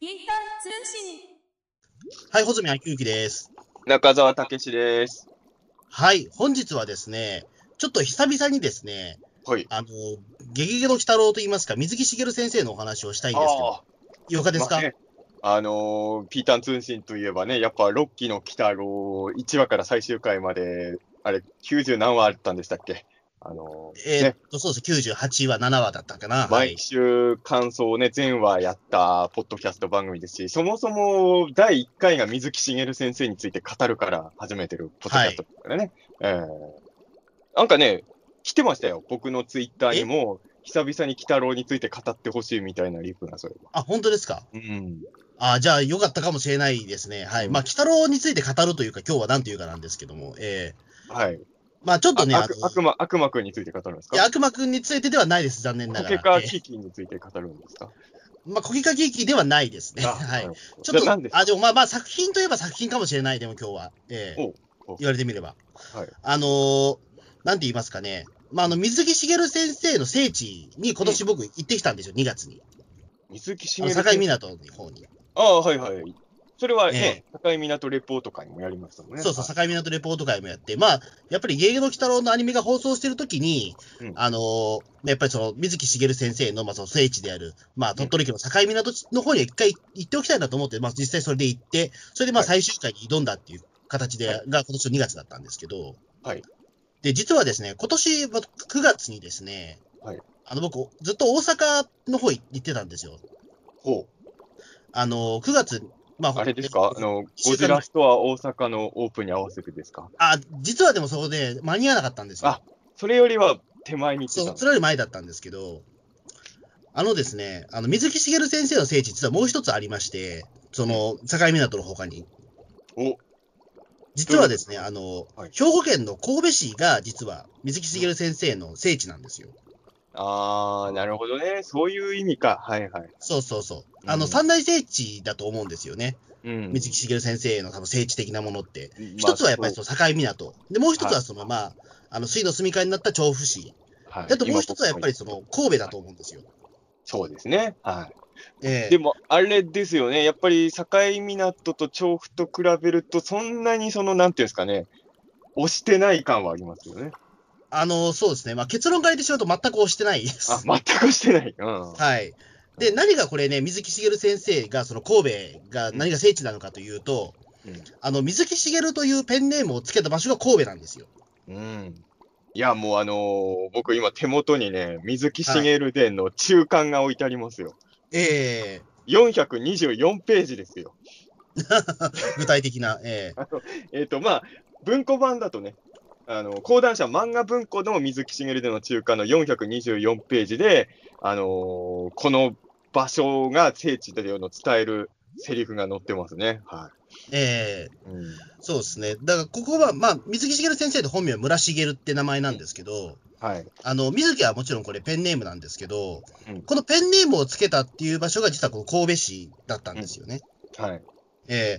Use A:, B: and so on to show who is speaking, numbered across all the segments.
A: インターン通信。
B: はい、穂積昭之です。
C: 中澤武史です。
B: はい、本日はですね、ちょっと久々にですね、
C: はい。
B: あの、ゲゲゲの鬼太郎といいますか、水木しげる先生のお話をしたいんですけど、いかがですか、
C: まあねあのーピーターン通信といえばね、やっぱロッキーの鬼太郎、1話から最終回まで、あれ、90何話あったんでしたっけあのー
B: えーっ
C: ね、
B: と、そうです。98話、7話だったかな。はい
C: 毎。週感想をね、全話やったポッドキャスト番組ですし、そもそも第1回が水木しげる先生について語るから始めてるポッドキャストだからね。えーなんかね、来てましたよ。僕のツイッターにも、久々に鬼太郎について語ってほしいみたいなリプが、それは。
B: あ、本当ですか
C: うん。
B: あじゃあ、よかったかもしれないですね。はい。まあ、鬼太郎について語るというか、今日は何というかなんですけども、え
C: はい。
B: ー、まあ、ちょっとね、
C: あ
B: あ
C: 悪
B: の
C: 悪魔、悪魔くんについて語るんです
B: いや
C: か
B: 悪魔くんについてではないです、残念な
C: コ
B: が
C: ケ
B: ら。
C: カ
B: えー
C: キキについて語るんですか
B: まあ、コケカキーキーではないですね。は
C: ないる。ほど
B: ちょっ
C: じゃ
B: と、
C: あなんです
B: あ、でもまあまあ作品といえば作品かもしれない、でも今日は。ええ
C: おうおう
B: 言われてみれば。
C: はい
B: あのーなんて言いますかね。まあ、あの、水木しげる先生の聖地に今年僕行ってきたんですよ、2月に。
C: 水木し
B: あ
C: げ
B: の
C: る
B: 境港の方に。
C: ああ、はいはい。それはね、境港レポート会もやりましたもんね。
B: そうそう、境港レポート会もやって、まあ、やっぱりゲゲゲの鬼太郎のアニメが放送してるときに、
C: うん
B: あのーやっぱりその、水木しげる先生の、まあ、その聖地である、まあ、鳥取県の境港の方には一回行っておきたいなと思って、まあ、実際それで行って、それでまあ、
C: は
B: 最終回に挑んだっていう形で、
C: はい
B: が今年の2月だったんですけど、
C: はい。
B: で、実はですね、今年まあ9月にですね、
C: はい
B: あの、僕、ずっと大阪の方行ってたんですよ。
C: ほ
B: あのー、9月、ま
C: う。あれですかあの、ゴジラストア大阪のオープンに合わせてですか
B: あ、実はでもそこで間に合わなかったんですよ。
C: あそれよりは手前に行って
B: そ
C: た
B: う、
C: ん
B: それより前だったんですけど、あのですね、あの水木しげる先生の聖地、実はもう一つありまして、その境港の他に、
C: お、
B: 実はですね、あの、
C: はい
B: 兵庫県の神戸市が実は水木しげる先生の聖地なんですよ。
C: あー、なるほどね。そういう意味か。はいはい。
B: そうそうそう。
C: うん
B: あの、三大聖地だと思うんですよね。
C: うん。
B: 水木しげる先生の多分聖地的なものって。
C: まあ
B: 一つはやっぱりそ
C: そう
B: の境港。で、もう一つはその、まあ、あの、水の住みかになった調布市。
C: はい
B: あともう一つはやっぱりそ
C: 今
B: の、神戸だと思うんですよ。
C: そうですね。はい。
B: え
C: でも、あれですよね、やっぱり境港と調布と比べると、そんなにその、なんていうんですかね、押してない感はありますよね。
B: あの、そうですね。まあ、結論から言ってしまうと全く押してないです。
C: あ、全くしてない。うん。
B: はい。で、何がこれね、水木しげる先生が、その神戸が
C: うん
B: 何が聖地なのかというと、
C: うん
B: あの、水木しげるというペンネームをつけた場所が神戸なんですよ。
C: うん。いや、もうあのー僕今手元にね、水木しげる伝の中間が置いてありますよ。
B: え
C: 424ページですよ。
B: え具体的な、ええ
C: えっ、と、まあ、文庫版だとね、あの、講談社漫画文庫の水木しげるでの中間の424ページで、あのーこの場所が聖地だよの伝えるセリフが載ってますね。は
B: ええ
C: い。うん。
B: そうですね。だから、ここは、まあ、水木しげる先生の本名は村重って名前なんですけど、
C: はい。
B: あの、水木はもちろんこれペンネームなんですけど、
C: うん
B: このペンネームをつけたっていう場所が実はこの神戸市だったんですよね。
C: はい。
B: ええ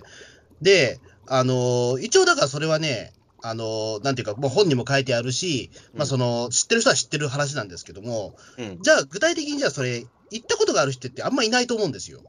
B: で、あのー一応だからそれはね、あのーなんていうか、もう本にも書いてあるし、
C: うん
B: まあ、その、知ってる人は知ってる話なんですけども、
C: うん。
B: じゃあ具体的にじゃあそれ、行ったことがある人ってあんまいないと思うんですよ。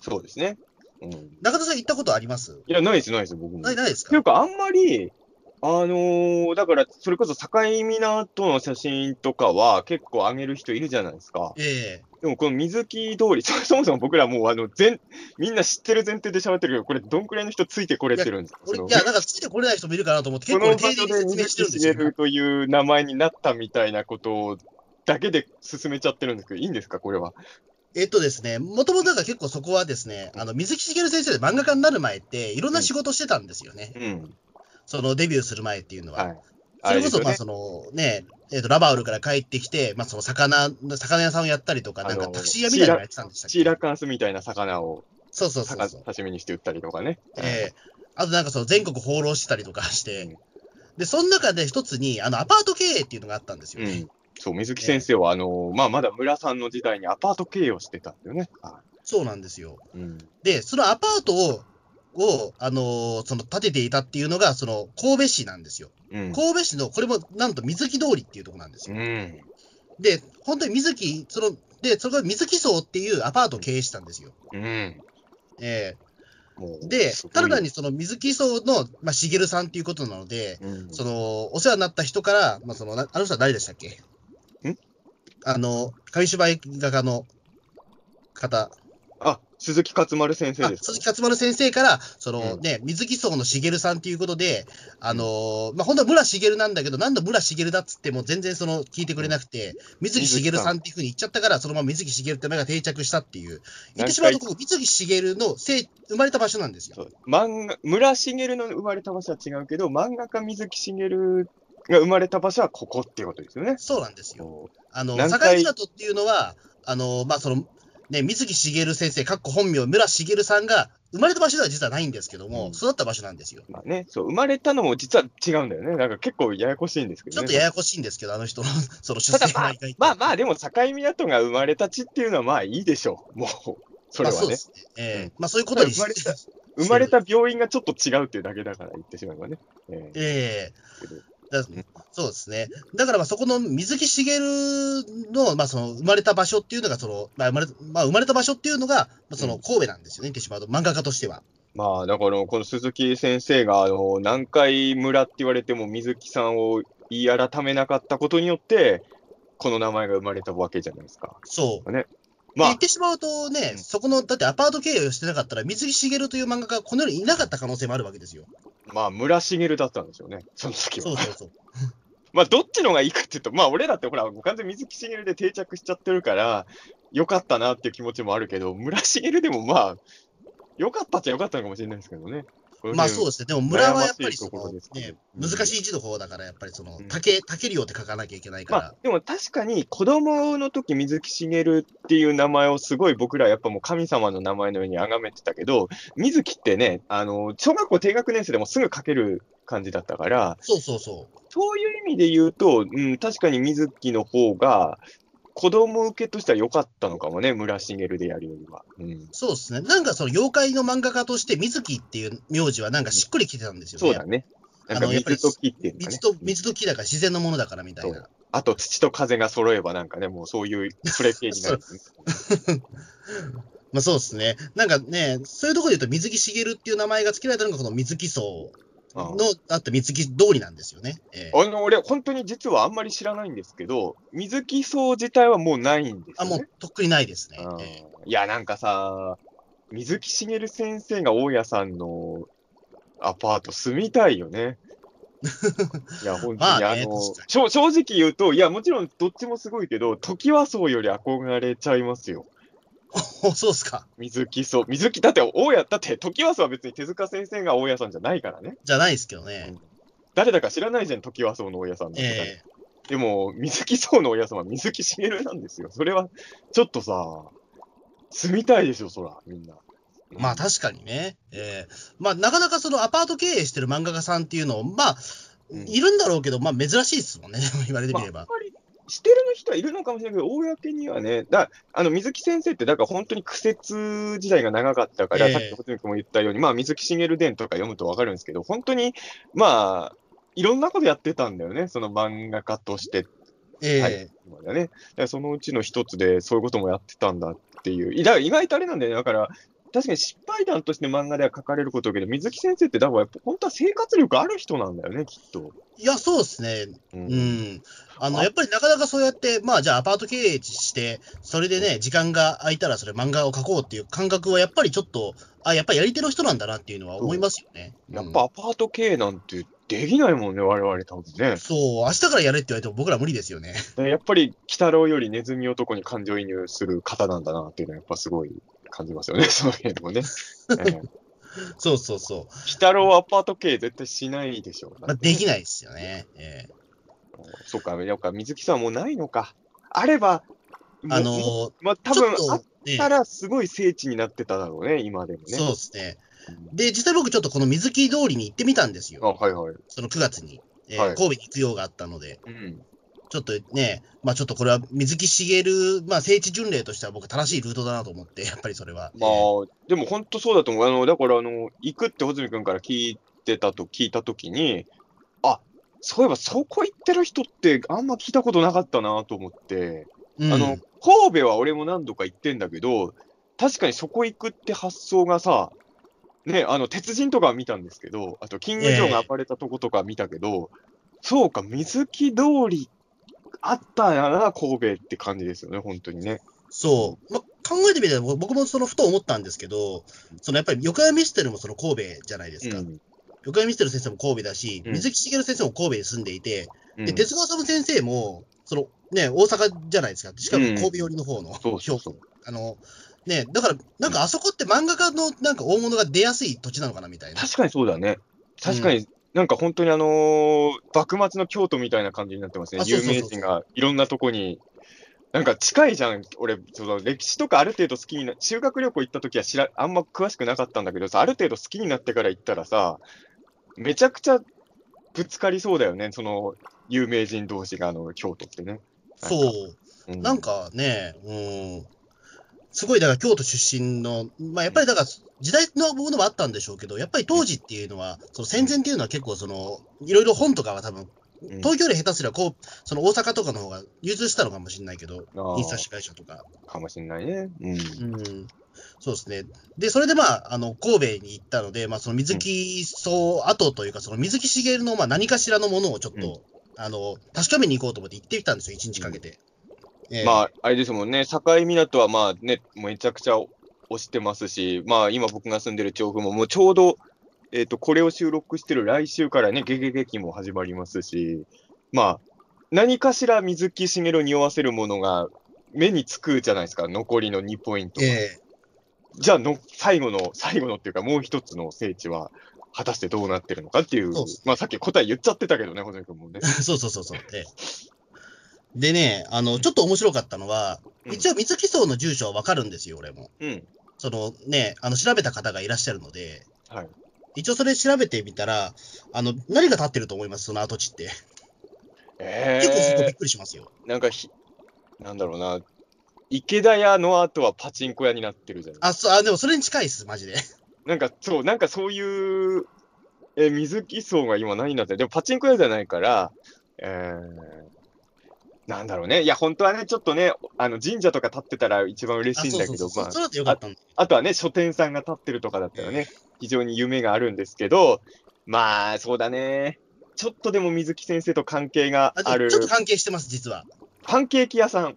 C: そうですね。うん。い
B: 中田さん行ったことあります
C: や、ないです、ないです、僕も。
B: ない、ないです
C: ってい
B: か
C: うか、あんまり、あのーだから、それこそ境港の写真とかは結構上げる人いるじゃないですか。
B: ええ
C: でもこの水木通り、そ そもそも僕らもうあの全、みんな知ってる前提で喋ってるけど、これどんくらいの人ついてこれてるんですか
B: 俺
C: その
B: いや、なんかついてこれない人もいるかなと思って、
C: こ
B: 結
C: の
B: 構
C: 場
B: 丁寧
C: 所
B: に
C: で
B: 説明
C: 水
B: してるん
C: 木
B: です
C: しげ
B: よ。
C: るという名前になったみたいなことだけで進めちゃってるんですけど、いいんですか、これは。
B: えっとですね、もともとなんか結構そこはですね、あの、水木しげる先生で漫画家になる前って、いろんな仕事してたんですよね。
C: うん。
B: そのデビューする前っていうのは。
C: はい。
B: それこそ、
C: あ
B: まあ、
C: ですよね
B: そのね、えっとラバウルから帰ってきて、まあ、その魚、魚屋さんをやったりとか、なん
C: あ
B: か
C: の
B: タクシー屋みたいなのやってたんでしたっ
C: シーラ
B: け
C: カンスみたいな魚を
B: そうそうそう
C: 魚
B: そう。
C: 刺身にして売ったりとかね。
B: ええあとなんかその全国放浪してたりとかし
C: うん
B: て、で、その中で一つに、あの、アパート経営っていうのがあったんですよ
C: う
B: ね。
C: ん。そう、水木先生は、あのまあ、まだ村さんの時代にアパート経営をしてたんだよね。は
B: そうなんですよ。
C: い。うん。
B: で、そのアパートを、を、あのーその建てていたっていうのが、その神戸市なんですよ。
C: うん。
B: 神戸市の、これもなんと水木通りっていうところなんです
C: う
B: よ。
C: ん。
B: で、本当に水木、その、で、そこが水木荘っていうアパートを経営してたんですよ。
C: うん。
B: え
C: も
B: え
C: う
B: で、
C: すごい
B: ただ単にその水木荘の、まあ、茂さんっていうことなので、
C: うん
B: その、お世話になった人から、まあ、その、なあの人は誰でしたっけ
C: ん
B: あの、紙芝居画家の方、
C: あ、鈴木勝丸先生
B: あ
C: ですか。
B: 鈴木勝丸先生から、その
C: うん
B: ね、水木荘の茂さんっていうことで、あのーまあ、本当は村茂なんだけど、何度村茂だっつっても全然その聞いてくれなくて、水木茂さんっていうふうに言っちゃったから、そのまま水木茂って名前が定着したっていう。言ってしまうと、ここ水木茂の生生まれた場所なんですよ。
C: そう漫画村重の生まれた場所は違うけど、漫画家水木しげるが生まれた場所はここっていうことですよね。
B: そうなんですよ。あの、
C: 何
B: 坂
C: 回
B: 井湊っていうのは、あの、まあ、その、ね、水木しげる先生、かっこ本名、村茂さんが、生まれた場所では実はないんですけども、
C: うん
B: 育った場所なんですよ。
C: まあね、そう生まれたのも実は違うんだよね。なんか結構ややこしいんですけ
B: ち
C: ど
B: ょっ
C: ね。
B: とややこしいんですけど、あの人の、その出
C: ただ
B: 世
C: ま
B: が
C: あ
B: 意外と。
C: まあまあ、でも境港が生まれた地っていうのはまあいいでしょう。もう、そ
B: ま
C: れ
B: あ
C: は
B: そうで
C: ね。
B: すね。ええ
C: うん
B: まあそういうことに
C: 生まれた
B: して、
C: 生まれた病院がちょっと違うっていうだけだから言ってしまえばね。ええ
B: ええだ
C: ん
B: そうですね。だからまあそこの水木しげるの,、まあその生まれた場所っていうのがその、まあ生まれまあ、生まれた場所っていうのが、まあ、その神戸なんですよね、言ってしまうと、漫画家としては。
C: まあ、だから、この鈴木先生が、あの、南海村って言われても、水木さんを言い改めなかったことによって、この名前が生まれたわけじゃないですか。
B: そう。
C: ま
B: 言っ
C: あ、
B: てしまうとね、
C: うん
B: そこの、だってアパート経営をしてなかったら、水木しげるという漫画家がこの世にいなかった可能性もあるわけですよ。
C: まあ、村茂だったんですよね、その時
B: そう
C: は。
B: そうそう。
C: まあ、どっちのがいいかっていうと、まあ、俺らってほら、もう完全に水木茂で定着しちゃってるから、良かったなっていう気持ちもあるけど、村茂でもまあ、良かったっちゃ良かったのかもしれないですけどね。
B: まあそうですね。でも村はやっぱりそ
C: 悩ま
B: の、
C: しいところですけ
B: ね
C: ど、うん
B: 難しい字の方だから、やっぱりその
C: うん、
B: 竹、竹量って書かなきゃいけないか
C: ま
B: ら。
C: あ、でも確かに子供の時水木しげるっていう名前をすごい僕らやっぱもう神様の名前のように崇めてたけど、水木ってね、あの、小学校低学年生でもすぐ書ける感じだったから、
B: そうそうそう。
C: そういう意味で言うと、うん、確かに水木の方が子供受けとしては良かったのかもね、村茂でやるよりは。うん。
B: そうですね。なんかその妖怪の漫画家として、水木っていう名字はなんかしっくりきてたんですよね。
C: そうだね。なんか
B: あのやっぱり
C: 水と木っていうかね。
B: 水と、水と木だから自然のものだからみたいな。
C: あと土と風が揃えばなんかね、もうそういうプレ系 になる、
B: まあそうですね。なんかね、そういうところで言うと、水木しげるっていう名前が付けられたのが、この水木荘
C: うん
B: の、あった水木通りなんですよね。ええ
C: あの、俺、本当に実はあんまり知らないんですけど、水木荘自体はもうないんです
B: あ、
C: よ、
B: も
C: ね
B: う。とっくにないですね。
C: うん
B: ええ
C: いや、なんかさ、水木しげる先生が大家さんのアパート住みたい よね。いや、本当に、
B: まあ
C: あ
B: ね
C: の
B: 確かに
C: しょ正直言うと、いや、もちろんどっちもすごいけど、時は荘より憧れちゃいますよ。
B: おそうっすか。
C: 水木荘。水木、だって大家、だって時は荘は別に手塚先生が大家さんじゃないからね。
B: じゃないですけどね。
C: 誰だか知らないじゃん、時は荘の大家さんの世界
B: ええ
C: でも、水木荘のおやさんは水木しげるなんですよ。それは、ちょっとさ、住みたいでしょ、そら、みんな。
B: まあ確かにね。ええまあなかなかそのアパート経営してる漫画家さんっていうのを、まあ、
C: うん
B: いるんだろうけど、まあ珍しいですもんね。で も言われてみれ
C: まあ、や
B: ば。
C: っぱり、してるの人はいるのかもしれないけど、公にはね、だあの水木先生って、だから本当に苦節時代が長かったから、
B: ええ
C: さっきホテル君も言ったように、まあ、水木しげる伝とか読むとわかるんですけど、本当に、まあ、いろんなことやってたんだよね、その漫画家として
B: ええ
C: はい今だね。だからそのうちの一つで、そういうこともやってたんだっていう。いだから意外とあれなんだよね。だから、確かに失敗談として漫画では書かれることだけど、水木先生って、だからやっぱ本当は生活力ある人なんだよね、きっと。
B: いや、そうですね。
C: う
B: うんん。あの、
C: あ
B: やっぱりなかなかそうやって、まあ、じゃあアパート経営して、それでね、時間が空いたらそれ漫画を描こうっていう感覚は、やっぱりちょっと、あ、やっぱりやり手の人なんだなっていうのは思いますよね。
C: やっ
B: うん
C: ぱアパート経営なんてできないもんね、我々多分ね。
B: そう、明日からやれって言われても僕ら無理ですよね。
C: だからやっぱり、鬼太郎よりネズミ男に感情移入する方なんだなっていうのは、やっぱすごい感じますよね、 その辺もね。ええ鬼
B: そうそうそう。
C: 太郎アパート経営絶対しないでしょう。
B: まあ、できないですよね。ええ
C: そうか、やっぱ水木さんはもうないのか。あれば、もう
B: あのー
C: まあ、多
B: ちょ
C: 分
B: っ
C: あっ
B: と、ね、
C: たらすごい聖地になってただろうね、今でもね。
B: そうですね。で、実際僕ちょっとこの水木通りに行ってみたんです
C: あ、
B: よ。
C: はいはい。
B: その9月に。ええ
C: はい
B: 神戸に行く用があったので。
C: うん。
B: ちょっとね、まあちょっとこれは水木しげる、まあ聖地巡礼としては僕正しいルートだなと思って、や っぱりそれは。
C: まあ、でも本当そうだと思う。あの、だから、あの、行くって穂積君から聞いてたと、聞いたときに、あ、そういえばそこ行ってる人ってあんま聞いたことなかったなと思って、
B: うん、
C: あの、神戸は俺も何度か行ってんだけど、確かにそこ行くって発想がさ、ね、あの、鉄人とかは見たんですけど、あと、キング・ジョーが暴れたとことか見たけど、そうか、水木通りあったんやな、神戸って感じですよね、本当にね。
B: そう、ま、考えてみたら、僕もそのふと思ったんですけど、そのやっぱり横山ミステルもその神戸じゃないですか。
C: うん
B: 横山ミステル先生も神戸だし、
C: うん
B: 水木しげる先生も神戸に住んでいて、
C: うん
B: で哲川さん先生も、そのね、大阪じゃないですか、しかも神戸寄りの方の、
C: そうそうそう
B: 兵庫あのね、だから、なんかあそこって漫画家のなんか大物が出やすい土地なのかなみたいな。
C: 確かにそうだね。確かに、なんか本当にあのー幕末の京都みたいな感じになってますね
B: あ。そう
C: 有
B: そうそう
C: 名人がいろんなとこに。なんか近いじゃん。俺、その歴史とかある程度好きにな、修学旅行行った時は知ら、あんま詳しくなかったんだけどさ、ある程度好きになってから行ったらさ、めちゃくちゃぶつかりそうだよね。その、有名人同士があの、京都ってね。
B: そう、
C: う
B: なんかね、うん、すごいだから京都出身の、まあ、やっぱりだから時代のものもあったんでしょうけど、やっぱり当時っていうのは、その戦前っていうのは結構その、いろいろ本とかは多分
C: うん
B: 東京より下手すりゃこう、その大阪とかの方が流通したのかもしれないけど、
C: あー
B: 印刷会社とか。
C: かもしんないね。うん。
B: うん、そうですね。で、それでまあ、あの神戸に行ったので、まあ、その水木荘跡というか、その水木しげるのまあ何かしらのものをちょっと、あの確かめに行こうと思って行ってきたんですよ、1日かけて。ええ
C: まあ、あれですもんね、境港はまあね、めちゃくちゃ推してますし、まあ今僕が住んでる調布ももうちょうど、えっ、と、これを収録してる来週からね、ゲゲゲ期も始まりますし、まあ、何かしら水木しげるに匂わせるものが目につくじゃないですか、残りの2ポイントが。
B: ええ
C: じゃあの、最後の、最後のっていうか、もう一つの聖地は、果たしてどうなってるのかっていう、
B: そうっす
C: まあさっき答え言っちゃってたけどね、細井君もね。
B: そうそうそうそう。ええでね、あの、ちょっと面白かったのは、
C: うん
B: 一応水木荘の住所はわかるんですよ、俺も。
C: うん。
B: そのね、あの調べた方がいらっしゃるので、
C: はい。
B: 一応それ調べてみたら、あの、何が立ってると思いますその跡地って。
C: え
B: 結構するとびっくりしますよ。
C: なんかひ、なんだろうな、池田屋の後はパチンコ屋になってるじゃない
B: あ、そう、あ、でもそれに近いっす、マジで。
C: なんかそう、なんかそういう、えー水木荘が今何になってるでもパチンコ屋じゃないから、えーなんだろうね。いや、本当はね、ちょっとね、あの神社とか建ってたら一番 嬉しいんだけ
B: あそ
C: ど、
B: うそうそう
C: まあ
B: そ、れだとよかったんだ
C: あとはね、書店さんが立ってるとかだったらね、非常に夢があるんですけど、まあ、そうだね。ちょっとでも水木先生と関係が
B: あ
C: あ
B: でも
C: る
B: ちょっと関係してます、実は。
C: パンケーキ屋さん。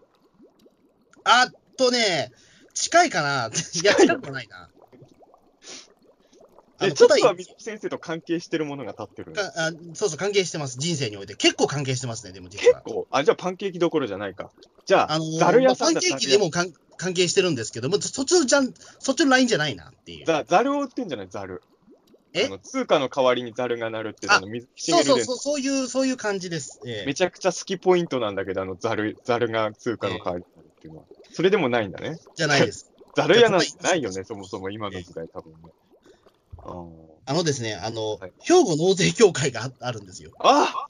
B: あっとね、近いかな いや、近くはないな。あ
C: え、
B: の
C: ちょっとは
B: 古代
C: 水木先生と関係してるものが立ってるんだ
B: かあそうそう、関係してます、人生において。結構関係してますね、でも実
C: 結
B: は。
C: 構、あ、じゃあパンケーキどころじゃないか。じゃあ、
B: あのー
C: ざる屋さん
B: ま
C: だ
B: あパンケーキでも関関係してるんですけども、そっちのじゃん、そっちのラインじゃないなっていう。
C: ざざるを売ってんじゃないざる。
B: え
C: あの通貨の代わりにざるが鳴るって、
B: あ
C: あの水木しげ
B: そう
C: る
B: そうそ
C: で
B: う、そういう、そういう感じです。ええ
C: めちゃくちゃ好きポイントなんだけど、あのざる、ざるが通貨の代わりになるっていうのは。それでもないんだね。
B: じゃないです。
C: ざる屋なん
B: は
C: て
B: い
C: ないよね、そもそも今の時代、多分ね。あー
B: あのですね、あの、
C: はい
B: 兵庫納税協会がああるんですよ。
C: あ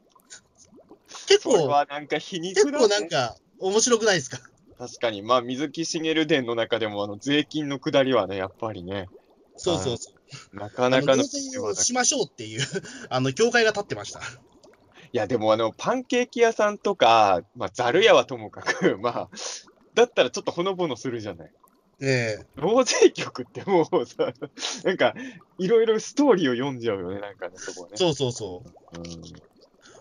B: 結
C: それ
B: 構、
C: はなんか皮
B: 結
C: 肉だ、
B: 構
C: ね、
B: なんか、面白くないですか
C: 確かに、まあ、水木しげる伝の中でも、あの、税金の下りはね、やっぱりね、
B: そうそうそう。
C: なか
B: あ
C: な
B: の
C: かの
B: 納税をしましょうっていう、 あの、協会が立ってました。
C: いや、でもあの、パンケーキ屋さんとか、まあ、ざる屋はともかく、 まあ、だったらちょっとほのぼのするじゃない。
B: ええ
C: 納税局ってもうさ、なんか、いろいろストーリーを読んじゃうよね、なんかね、そこはね。
B: そうそうそう。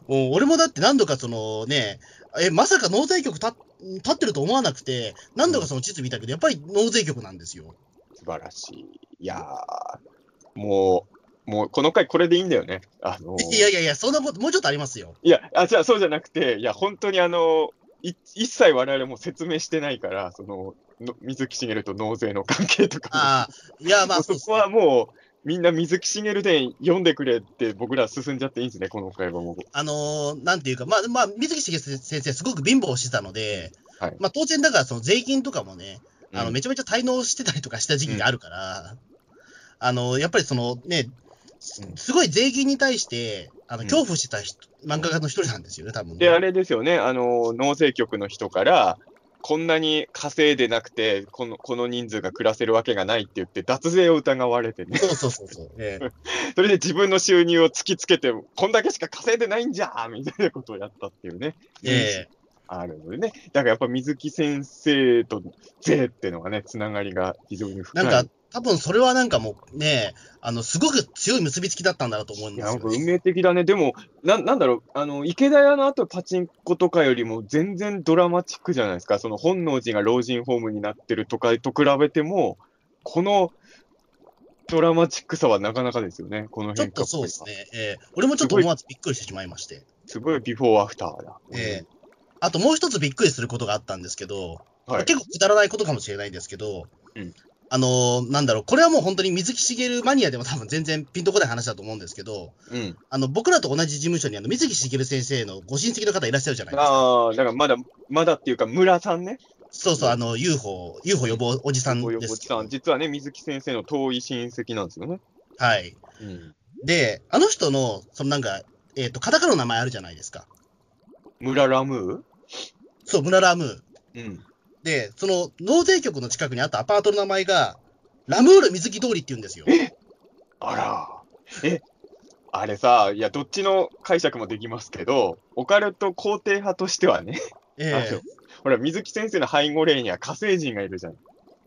C: う
B: もう俺もだって何度かそのね、え、まさか納税局立立ってると思わなくて、何度かその地図見たけど、やっぱり納税局なんですよ。
C: ん、素晴らしい。いやー、もう、もう、この回これでいいんだよね。あのー
B: いやいやいや、そんなこと、もうちょっとありますよ。
C: いや、あ、じゃあそうじゃなくて、いや、本当にあの、い一切我々も説明してないから、その、の水木しげると納税の関係とかも。
B: ああ、いや、ま
C: も
B: あ、
C: う
B: そ
C: そう
B: です
C: こはもう、みんな水木しげる伝読んでくれって、僕ら進んじゃっていいんですね、この会話も。
B: あのーなんていうか、まあ、まあ、水木しげる先生、すごく貧乏してたので、
C: はい
B: まあ、当然、だから、その税金とかもね、あの
C: うん
B: めちゃめちゃ滞納してたりとかした時期があるから、あのやっぱりそのね、す
C: うん
B: すごい税金に対して、あの
C: うん
B: 恐怖してた人、漫画家の一人なんですよね、多分ね
C: で、あれですよね、あの、農政局の人から、こんなに稼いでなくて、この、この人数が暮らせるわけがないって言って、脱税を疑われてね。
B: そうそうそうそう、ええ
C: それで自分の収入を突きつけて、こんだけしか稼いでないんじゃーみたいなことをやったっていうね。
B: ええ
C: あるのでね。だからやっぱ水木先生と税っていうのはね、つながりが非常に深。
B: ないんか、多分それはなんかもうね、あの、すごく強い結びつきだったんだろうと思うん
C: い
B: で
C: や
B: す
C: なん
B: よ
C: か
B: ね、
C: 運命的だね。でも、ななんだろう、あの、池田屋の後パチンコとかよりも全然ドラマチックじゃないですか。その本能寺が老人ホームになってるとかと比べても、このドラマチックさはなかなかですよね。この
B: ちょっ
C: 変化
B: と
C: っ
B: そう
C: ぽい
B: ですね。えー俺もちょっと思わずびっくりしてしまいまして。
C: すごいビフォーアフターだ。
B: えーあともう一つびっくりすることがあったんですけど、
C: うんはい。
B: 結構くだらないことかもしれないんですけど、
C: うん
B: あのーなんだろう、これはもう本当に水木しげるマニアでも多分全然ピンとこない話だと思うんですけど、
C: うん。
B: あの僕らと同じ事務所にあの水木しげる先生のご親戚の方いらっしゃるじゃないですか。
C: ああ、だからまだ、まだっていうか、村さんね。
B: そうそう、あの UFO、UFO 予防おじさん
C: およ
B: で
C: ぼ
B: す
C: ち。さん、実はね、水木先生の遠い親戚なんですよね。
B: はい。
C: うん。
B: で、あの人の、そのなんか、えっ、と、カタカナの名前あるじゃないですか。
C: 村ラム
B: そう、ムララムー。
C: ーうん。
B: で、その納税局の近くにあったアパートの名前が、ラムール水木通りって言うんですよ。
C: あら。え、あれさ、いや、どっちの解釈もできますけど、オカルト肯定派としてはね、
B: ええ
C: ほら、水木先生の背後霊には火星人がいるじゃん。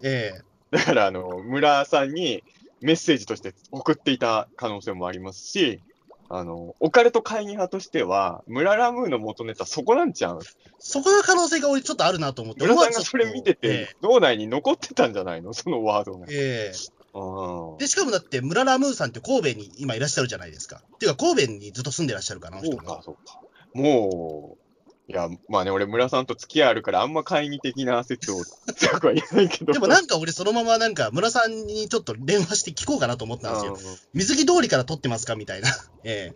B: ええ
C: だから、あの、村さんにメッセージとして送っていた可能性もありますし、あの、オカルト会議派としては、村ラムーの元ネタそこなんちゃう
B: そこの可能性が俺ちょっとあるなと思って。
C: 村さん
B: 思わ
C: が
B: ず
C: それ見て
B: え
C: て、脳内に残ってたんじゃないのそのワードが
B: え。ええ
C: ああ
B: で、しかもだって、村ラムーさんって神戸に今いらっしゃるじゃないですか。っていうか、神戸にずっと住んでらっしゃるから、あの
C: そ
B: 人
C: う
B: も
C: か、。そうか。もう、いや、まあね、俺、村さんと付き合いあるから、あんま懐疑的な説を強くは言えないけど。
B: でもなんか俺そのままなんか村さんにちょっと電話して聞こうかなと思ったんですよ。水木通りから撮ってますかみたいな。 ええ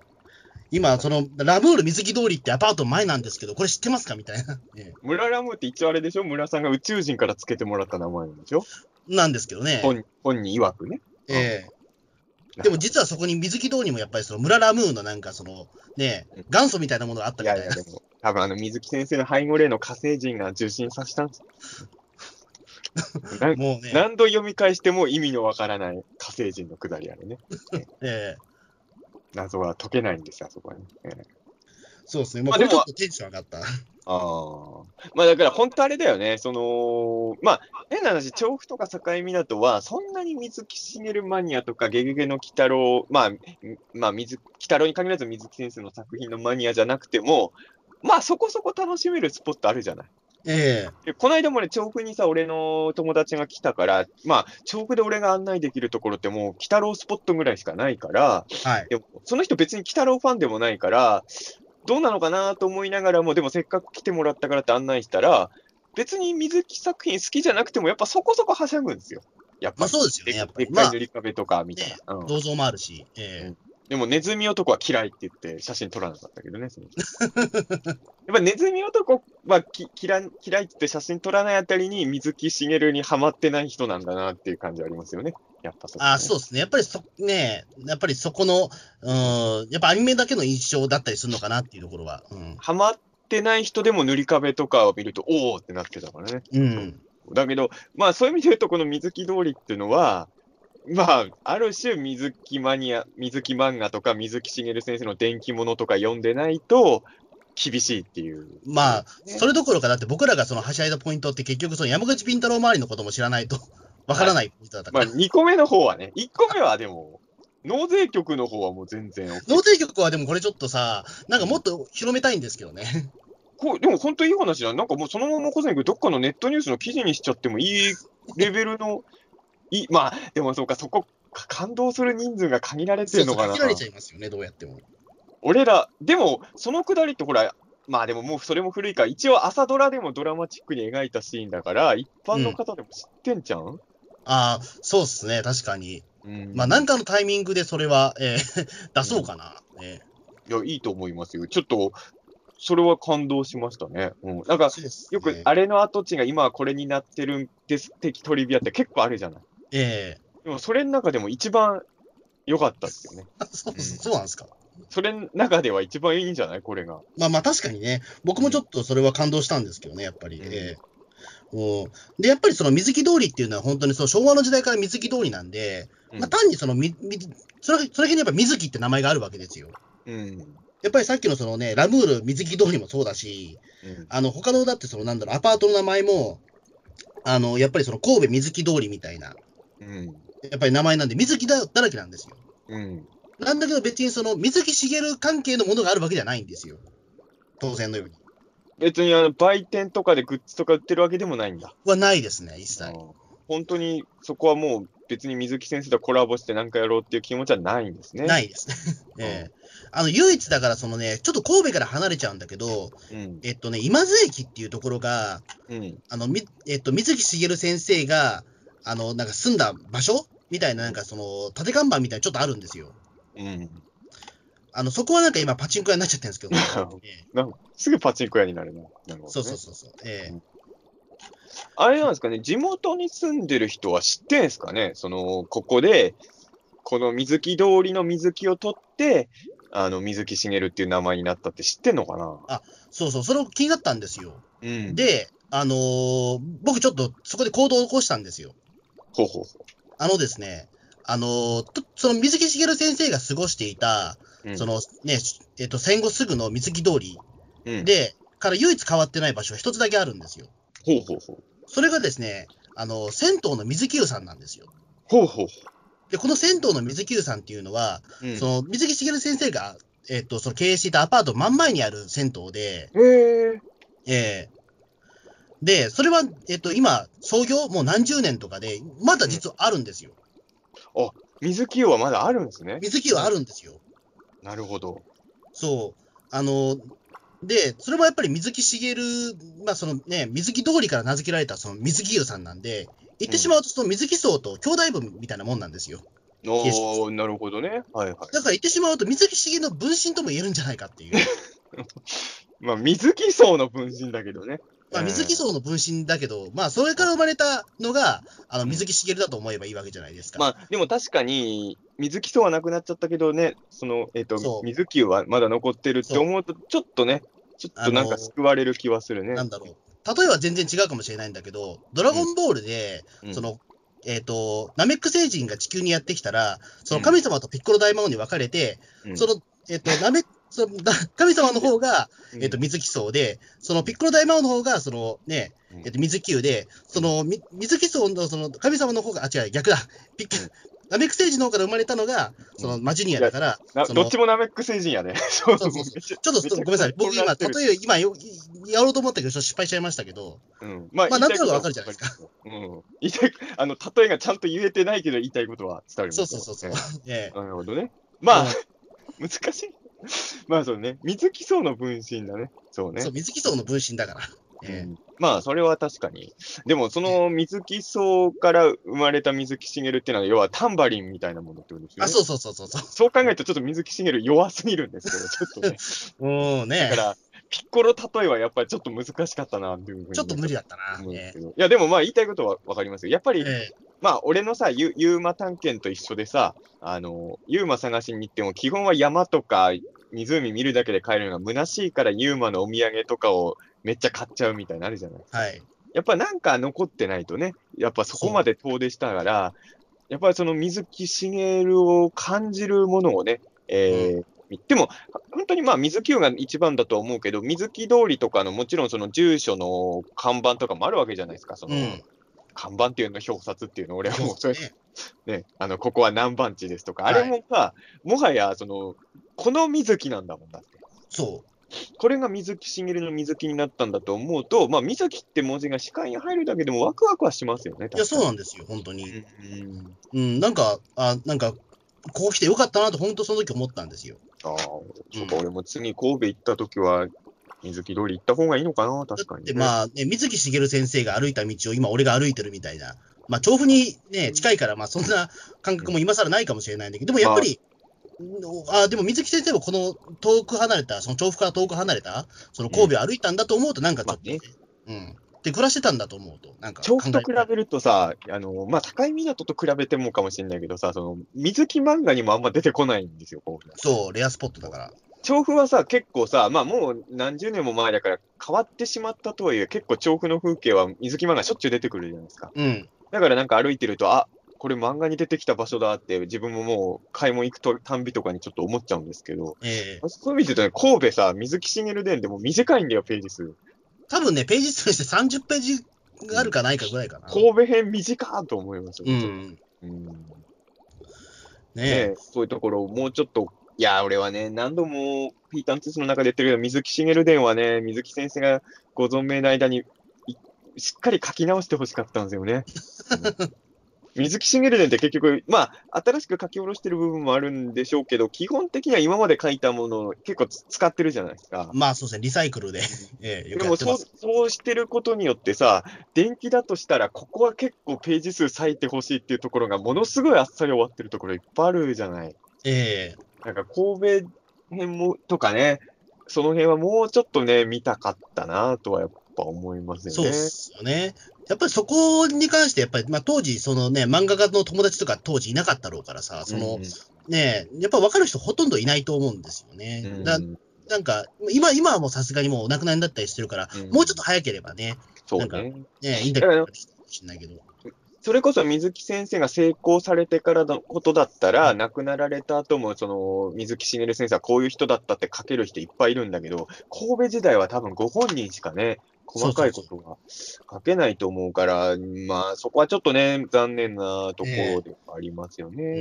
B: 今、その、ラムール水木通りってアパート前なんですけど、これ知ってますかみたいな。 え
C: うん村ラムって一応あれでしょ村さんが宇宙人から付けてもらった名前なんでしょ、
B: えなんですけどね。
C: 本本人曰くね。
B: ええでも実はそこに水木通りもやっぱりその村ラムーのなんかその、ねえ、元祖みたいなものがあった
C: い
B: みた
C: や
B: い
C: い
B: な。
C: や、でも、多分あの、水木先生の背後霊の火星人が受信させたんですな
B: もうね、
C: 何度読み返しても意味のわからない火星人のくだりあれね。
B: ええ
C: 謎は解けないんですよ、あそこはね。ええ
B: そうですね。もう
C: まあ
B: これ
C: で
B: ちょ
C: も
B: っとテンション上がった。
C: ああ。まあだから本当あれだよね。その、まあ変な話、調布とか境港はそんなに水木しげるマニアとかゲゲゲの鬼太郎、まあ、まあ水、鬼太郎に限らず水木先生の作品のマニアじゃなくても、まあそこそこ楽しめるスポットあるじゃない。
B: ええ
C: でこの間もね、調布にさ、俺の友達が来たから、まあ調布で俺が案内できるところってもう鬼太郎スポットぐらいしかないから、
B: はい。
C: でもその人別に鬼太郎ファンでもないから、どうなのかなと思いながらも、でもせっかく来てもらったからって案内したら、別に水木作品好きじゃなくても、やっぱそこそこはしゃぐんですよ。やっ
B: ま
C: ぱ
B: あ
C: り。
B: そうですよね、
C: で
B: や
C: っ
B: っぱり。ま
C: かい
B: あ
C: 塗、り壁とかみたいな。うん
B: 銅像もあるし、え
C: でも、ネズミ男は嫌いって言って、写真撮らなかったけどね、その人 やっぱネズミ男はき嫌い嫌いって言って写真撮らないあたりに、水木しげるにはまってない人なんだなっていう感じありますよね。やっぱそ
B: え
C: こね
B: あそうですね、やっぱりそ、ねえやっぱりそこの、うーん、やっぱアニメだけの印象だったりするのかなっていうところは、うん。
C: ハマってない人でも塗り壁とかを見ると、おおってなってたからね。
B: うん、
C: だけど、まあそういう意味で言うと、この水木通りっていうのは、まあ、ある種、水木マニア、水木漫画とか、水木しげる先生の伝記物とか読んでないと、厳しいっていう。
B: まあ、
C: ね
B: それどころか、だって僕らがそのはしゃいだポイントって結局、その山口ピン太郎周りのことも知らないと わからないポイントだったか
C: まあ、
B: ら、
C: 2個目の方はね、1個目はでも、納税局の方はもう全然 OK
B: 納税局はでもこれちょっとさ、なんかもっと広めたいんですけどね。
C: こうでも本当いい話だ。なんかもうそのまま小泉君、どっかのネットニュースの記事にしちゃってもいいレベルの、いい、まあ、でもそうか、そこ、か感動する人数が限られて
B: そう
C: る
B: そ
C: の
B: う、
C: かな。
B: 飽きられちゃいますよね、どうやっても。
C: 俺ら、でも、そのくだりってほら、まあでももうそれも古いから、一応朝ドラでもドラマチックに描いたシーンだから、一般の方でも知ってんじゃん、
B: ああ、そうっすね、確かに。
C: うん
B: まあ、なんかのタイミングでそれは、えー 出そうかな。え
C: いや、いいと思いますよ。ちょっと、それは感動しましたね。うん。なんか
B: ー、そうですね
C: よく、あれの跡地が今はこれになってるんです的トリビアって結構あるじゃない。
B: ええ
C: でも、それの中でも一番良かったですよね。
B: あそう そうなんですか。
C: それの中では一番いいんじゃないこれが。
B: まあまあ確かにね、僕もちょっとそれは感動したんですけどね、やっぱり。
C: うん
B: ええうんで、やっぱりその水木通りっていうのは本当にその昭和の時代から水木通りなんで、
C: うん
B: まあ単にそのみ、みそれ、それ辺にやっぱ水木って名前があるわけですよ。
C: うん。
B: やっぱりさっきのそのね、ラムール水木通りもそうだし、あの、他のだってそのなんだろう、アパートの名前も、あの、やっぱりその神戸水木通りみたいな、
C: うん。
B: やっぱり名前なんで、水木だだらけなんですよ。
C: うん。
B: なんだけど別にその水木しげる関係のものがあるわけじゃないんですよ。当然のように。
C: 別にあの売店とかでグッズとか売ってるわけでもないんだ。
B: はないですね、一切。
C: うん本当にそこはもう別に水木先生とコラボして何かやろうっていう気持ちはないんですね。。
B: ないいです ね。ええあの、唯一だからそのね、ちょっと神戸から離れちゃうんだけど、
C: うん。
B: えっとね、今津駅っていうところが、
C: うん。
B: あの、みえっと、水木しげる先生が、あの、なんか住んだ場所みたいな、なんかその、縦看板みたいなのちょっとあるんですよ。
C: うん。
B: あの、そこはなんか今パチン コ屋になっちゃってるんですけど、ええ
C: なんかすぐパチンコ屋になるな。なるほどね
B: そうそうそうそう。ええ
C: あれなんですかね、地元に住んでる人は知ってんすかね、その、ここで、この水木通りの水木を取って、あの、水木しげるっていう名前になったって知ってんのかな
B: そうそう、それを気になったんですよ。
C: うんで、
B: で、あのー僕ちょっとそこで行動を起こしたんですよ。
C: ほうほうほ
B: あのですね、あのーとその水木しげる先生が過ごしていた、
C: う。うん
B: そ、のね、えっと、戦後すぐの水木通り
C: うん、
B: で、から唯一変わってない場所が一つだけあるんですよ。
C: ほうほうほう。
B: それがですね、あのー銭湯の水木湯さんなんですよ。
C: ほうほうほ
B: で、この銭湯の水木湯さんっていうのは、
C: う。うん
B: その水木しげる先生が、えっと、その経営していたアパート真ん前にある銭湯で、
C: へえ。
B: ええで、それは、えっと、今、創業もう何十年とかで、まだ実はあるんですよ。
C: 水木用はまだあるんですね。
B: 水木はあるんですよ。
C: なるほど。
B: そう。あの、で、それもやっぱり水木しげる、まあそのね、水木通りから名付けられたその水木湯さんなんで、言ってしまうとその水木荘と兄弟分みたいなもんなんですよ。
C: おー、なるほどね。はいはい。
B: だから言ってしまうと水木しげるの分身とも言えるんじゃないか っていう。
C: まあ、水木層の分身だけどね。
B: まあ水木
C: 層、
B: 荘の分身だけど、まあそれから生まれたのが、あの水木しげるだと思えばいいわけじゃないですか。
C: まあ、でも確かに、水木層はなくなっちゃったけどね、その、えっ、
B: そ
C: と、
B: う
C: 水木はまだ残ってるって
B: そう
C: 思うと、ちょっとね、ちょっとなん
B: あの
C: か
B: ー
C: 救われる気はするね。
B: なんだろう。例えば全然違うかもしれないんだけど、ドラゴンボールで、
C: うん
B: そ、の、えっ、と、ナメック星人が地球にやってきたら、その神様とピッコロ大魔王に分かれて、
C: うん
B: そ、の、え っ、と、ナメその だ神様の方が、
C: うん
B: えっと、水木荘で、そのピッコロ大魔王の方が、そのね、えっと、水木湯で、その、み水木荘の、その、神様の方が、あ、違う、逆だ。ピッ
C: うん
B: コ ナメック星人の方から生まれたのが、その、マジュニアだから、
C: な
B: そ
C: ど
B: の
C: っちもナメック星人やね。 そう
B: そうそうそうちょっとごめんなさい。僕今、例え、今よ、やろうと思ったけど、ちょっと失敗しちゃいましたけど、
C: うん、まあ、
B: まあ
C: 言いたいこと
B: なんとなくわかるじゃないです
C: か。うん。言いたい、あの、例えがちゃんと言えてないけど言いたいことは伝わります
B: そ
C: よ。
B: うそうそうそう
C: え。
B: ええ
C: えなるほどね。まあ
B: うん、
C: 難しい。 まあそうね。水木層の分身だね。そうね
B: そう、。水木荘の分身だから。え
C: うんまあ、それは確かに。でも、その水木荘から生まれた水木しげるっていうのは、要はタンバリンみたいなものってことです
B: え
C: よね。
B: あ、そうそうそうそうそ
C: そう考えると、ちょっと水木しげる弱すぎるんです けど、ちょっとね。
B: う。もうね
C: だか、ら、ピッコロ例えはやっぱりちょっと難しかったな、っていうふうに。
B: ちょっと無理だったな。
C: 思うんで
B: え
C: すけど。いや、でもまあ、言いたいことはわかりますよ。やっぱ
B: え
C: り、
B: え
C: まあ、俺のさ、ユユーマ探検と一緒でさ、あの、ユーマ探しに行っても、基本は山とか湖見るだけで帰るのが虚しいから、ユーマのお土産とかをめっちゃ買っちゃうみたいになのあるじゃない。
B: えはい。
C: やっぱなんか残ってないとね、やっぱそこまで遠出したから、やっぱりその水木しげるを感じるものをね、えーでも、本当にまあ水木湯が一番だとは思うけど、水木通りとかのもちろんその住所の看板とかもあるわけじゃないですか、その、
B: うん。
C: 看板っていうの、表札っていうの、俺はもうそれ
B: ね
C: ね、あの、ここは何番地ですとか、
B: は
C: あ
B: い
C: れもさ、もはや、その、この水木なんだもんだって。
B: そ
C: これが水木しげるの水木になったんだと思うと、まあ、水木って文字が視界に入るだけでもワクワクはしますよね。
B: う。いや、そう
C: う
B: なんですよ、本当に。
C: ん。
B: うん、なんか、あ、なんか、こう来てよかったなと、本当その時思ったんですよ。
C: ああ、そうか、俺も次神戸行った時は、水木通り行った方がいいのかな、確かに、
B: で、まあ、ね、水木しげる先生が歩いた道を今、俺が歩いてるみたいな。まあ、調布にね、近いから、まあ、そんな感覚も今更ないかもしれないんだけど、でもやっぱり、あでも水木先生もこの遠く離れた、その調布から遠く離れた、その神戸を歩いたんだと思うと、なんかちょっとね、うん。で、暮らしてたんだと思うと、なんか
C: 調
B: 考え
C: 布と比べるとさ、あの、まあ、境港と比べてもかもしれないけどさ、その、水木漫画にもあんま出てこないんですよ、こう
B: そう、レアスポットだから。
C: 調布はさ、結構さ、まあもう何十年も前だから変わってしまったとはいえ、結構調布の風景は水木漫画しょっちゅう出てくるじゃないですか。
B: うん。
C: だからなんか歩いてると、あこれ漫画に出てきた場所だって、自分ももう買い物行くとたんびとかにちょっと思っちゃうんですけど、
B: ええ
C: そういう意味で言うとね、神戸さ、水木しげる伝でも短いんだよ、ページ数。
B: 多分ね、ページ数として30ページがあるかないかぐらいかな。
C: 神戸編短いと思いますよ。
B: うん。ね
C: うんね
B: え。
C: そういうところをもうちょっと、いや、俺はね、何度もピーターンツースの中で言ってるけど、水木しげる伝はね、水木先生がご存命の間に、いしっかり書き直してほしかったんです よね。うん水木しげる伝って結局、まあ、新しく書き下ろしてる部分もあるんでしょうけど、基本的には今まで書いたものを結構つ使ってるじゃないですか。
B: まあそうですね、リサイクルで。 ええよく
C: で
B: や
C: も
B: って
C: そ
B: ま
C: う
B: す。
C: そうしてることによってさ、電気だとしたら、ここは結構ページ数割いてほしいっていうところが、ものすごいあっさり終わってるところいっぱいあるじゃない。
B: ええ
C: なんか神戸編もとかね、その辺はもうちょっとね、見たかったなとはやっぱ思います
B: そう
C: よね
B: で。すよね。やっぱりそこに関して、やっぱり、まあ当時、そのね、漫画家の友達とか当時いなかったろうからさ、その、
C: うん
B: ねえ、やっぱ分かる人ほとんどいないと思うんですよね。
C: うん
B: だなんか、今、今はもうさすがにもうお亡くなりになったりしてるから、
C: うん
B: もうちょっと早ければね、
C: そう
B: なん
C: ね。
B: ねえインタビューとかできたかもしれないけど。
C: それこそ水木先生が成功されてからのことだったら、亡くなられた後も、その、水木しげる先生はこういう人だったって書ける人いっぱいいるんだけど、神戸時代は多分ご本人しかね、細かいことが書けないと思うから、まあ、そこはちょっとね、残念なところではありますよ
B: う
C: ね
B: ん。
C: う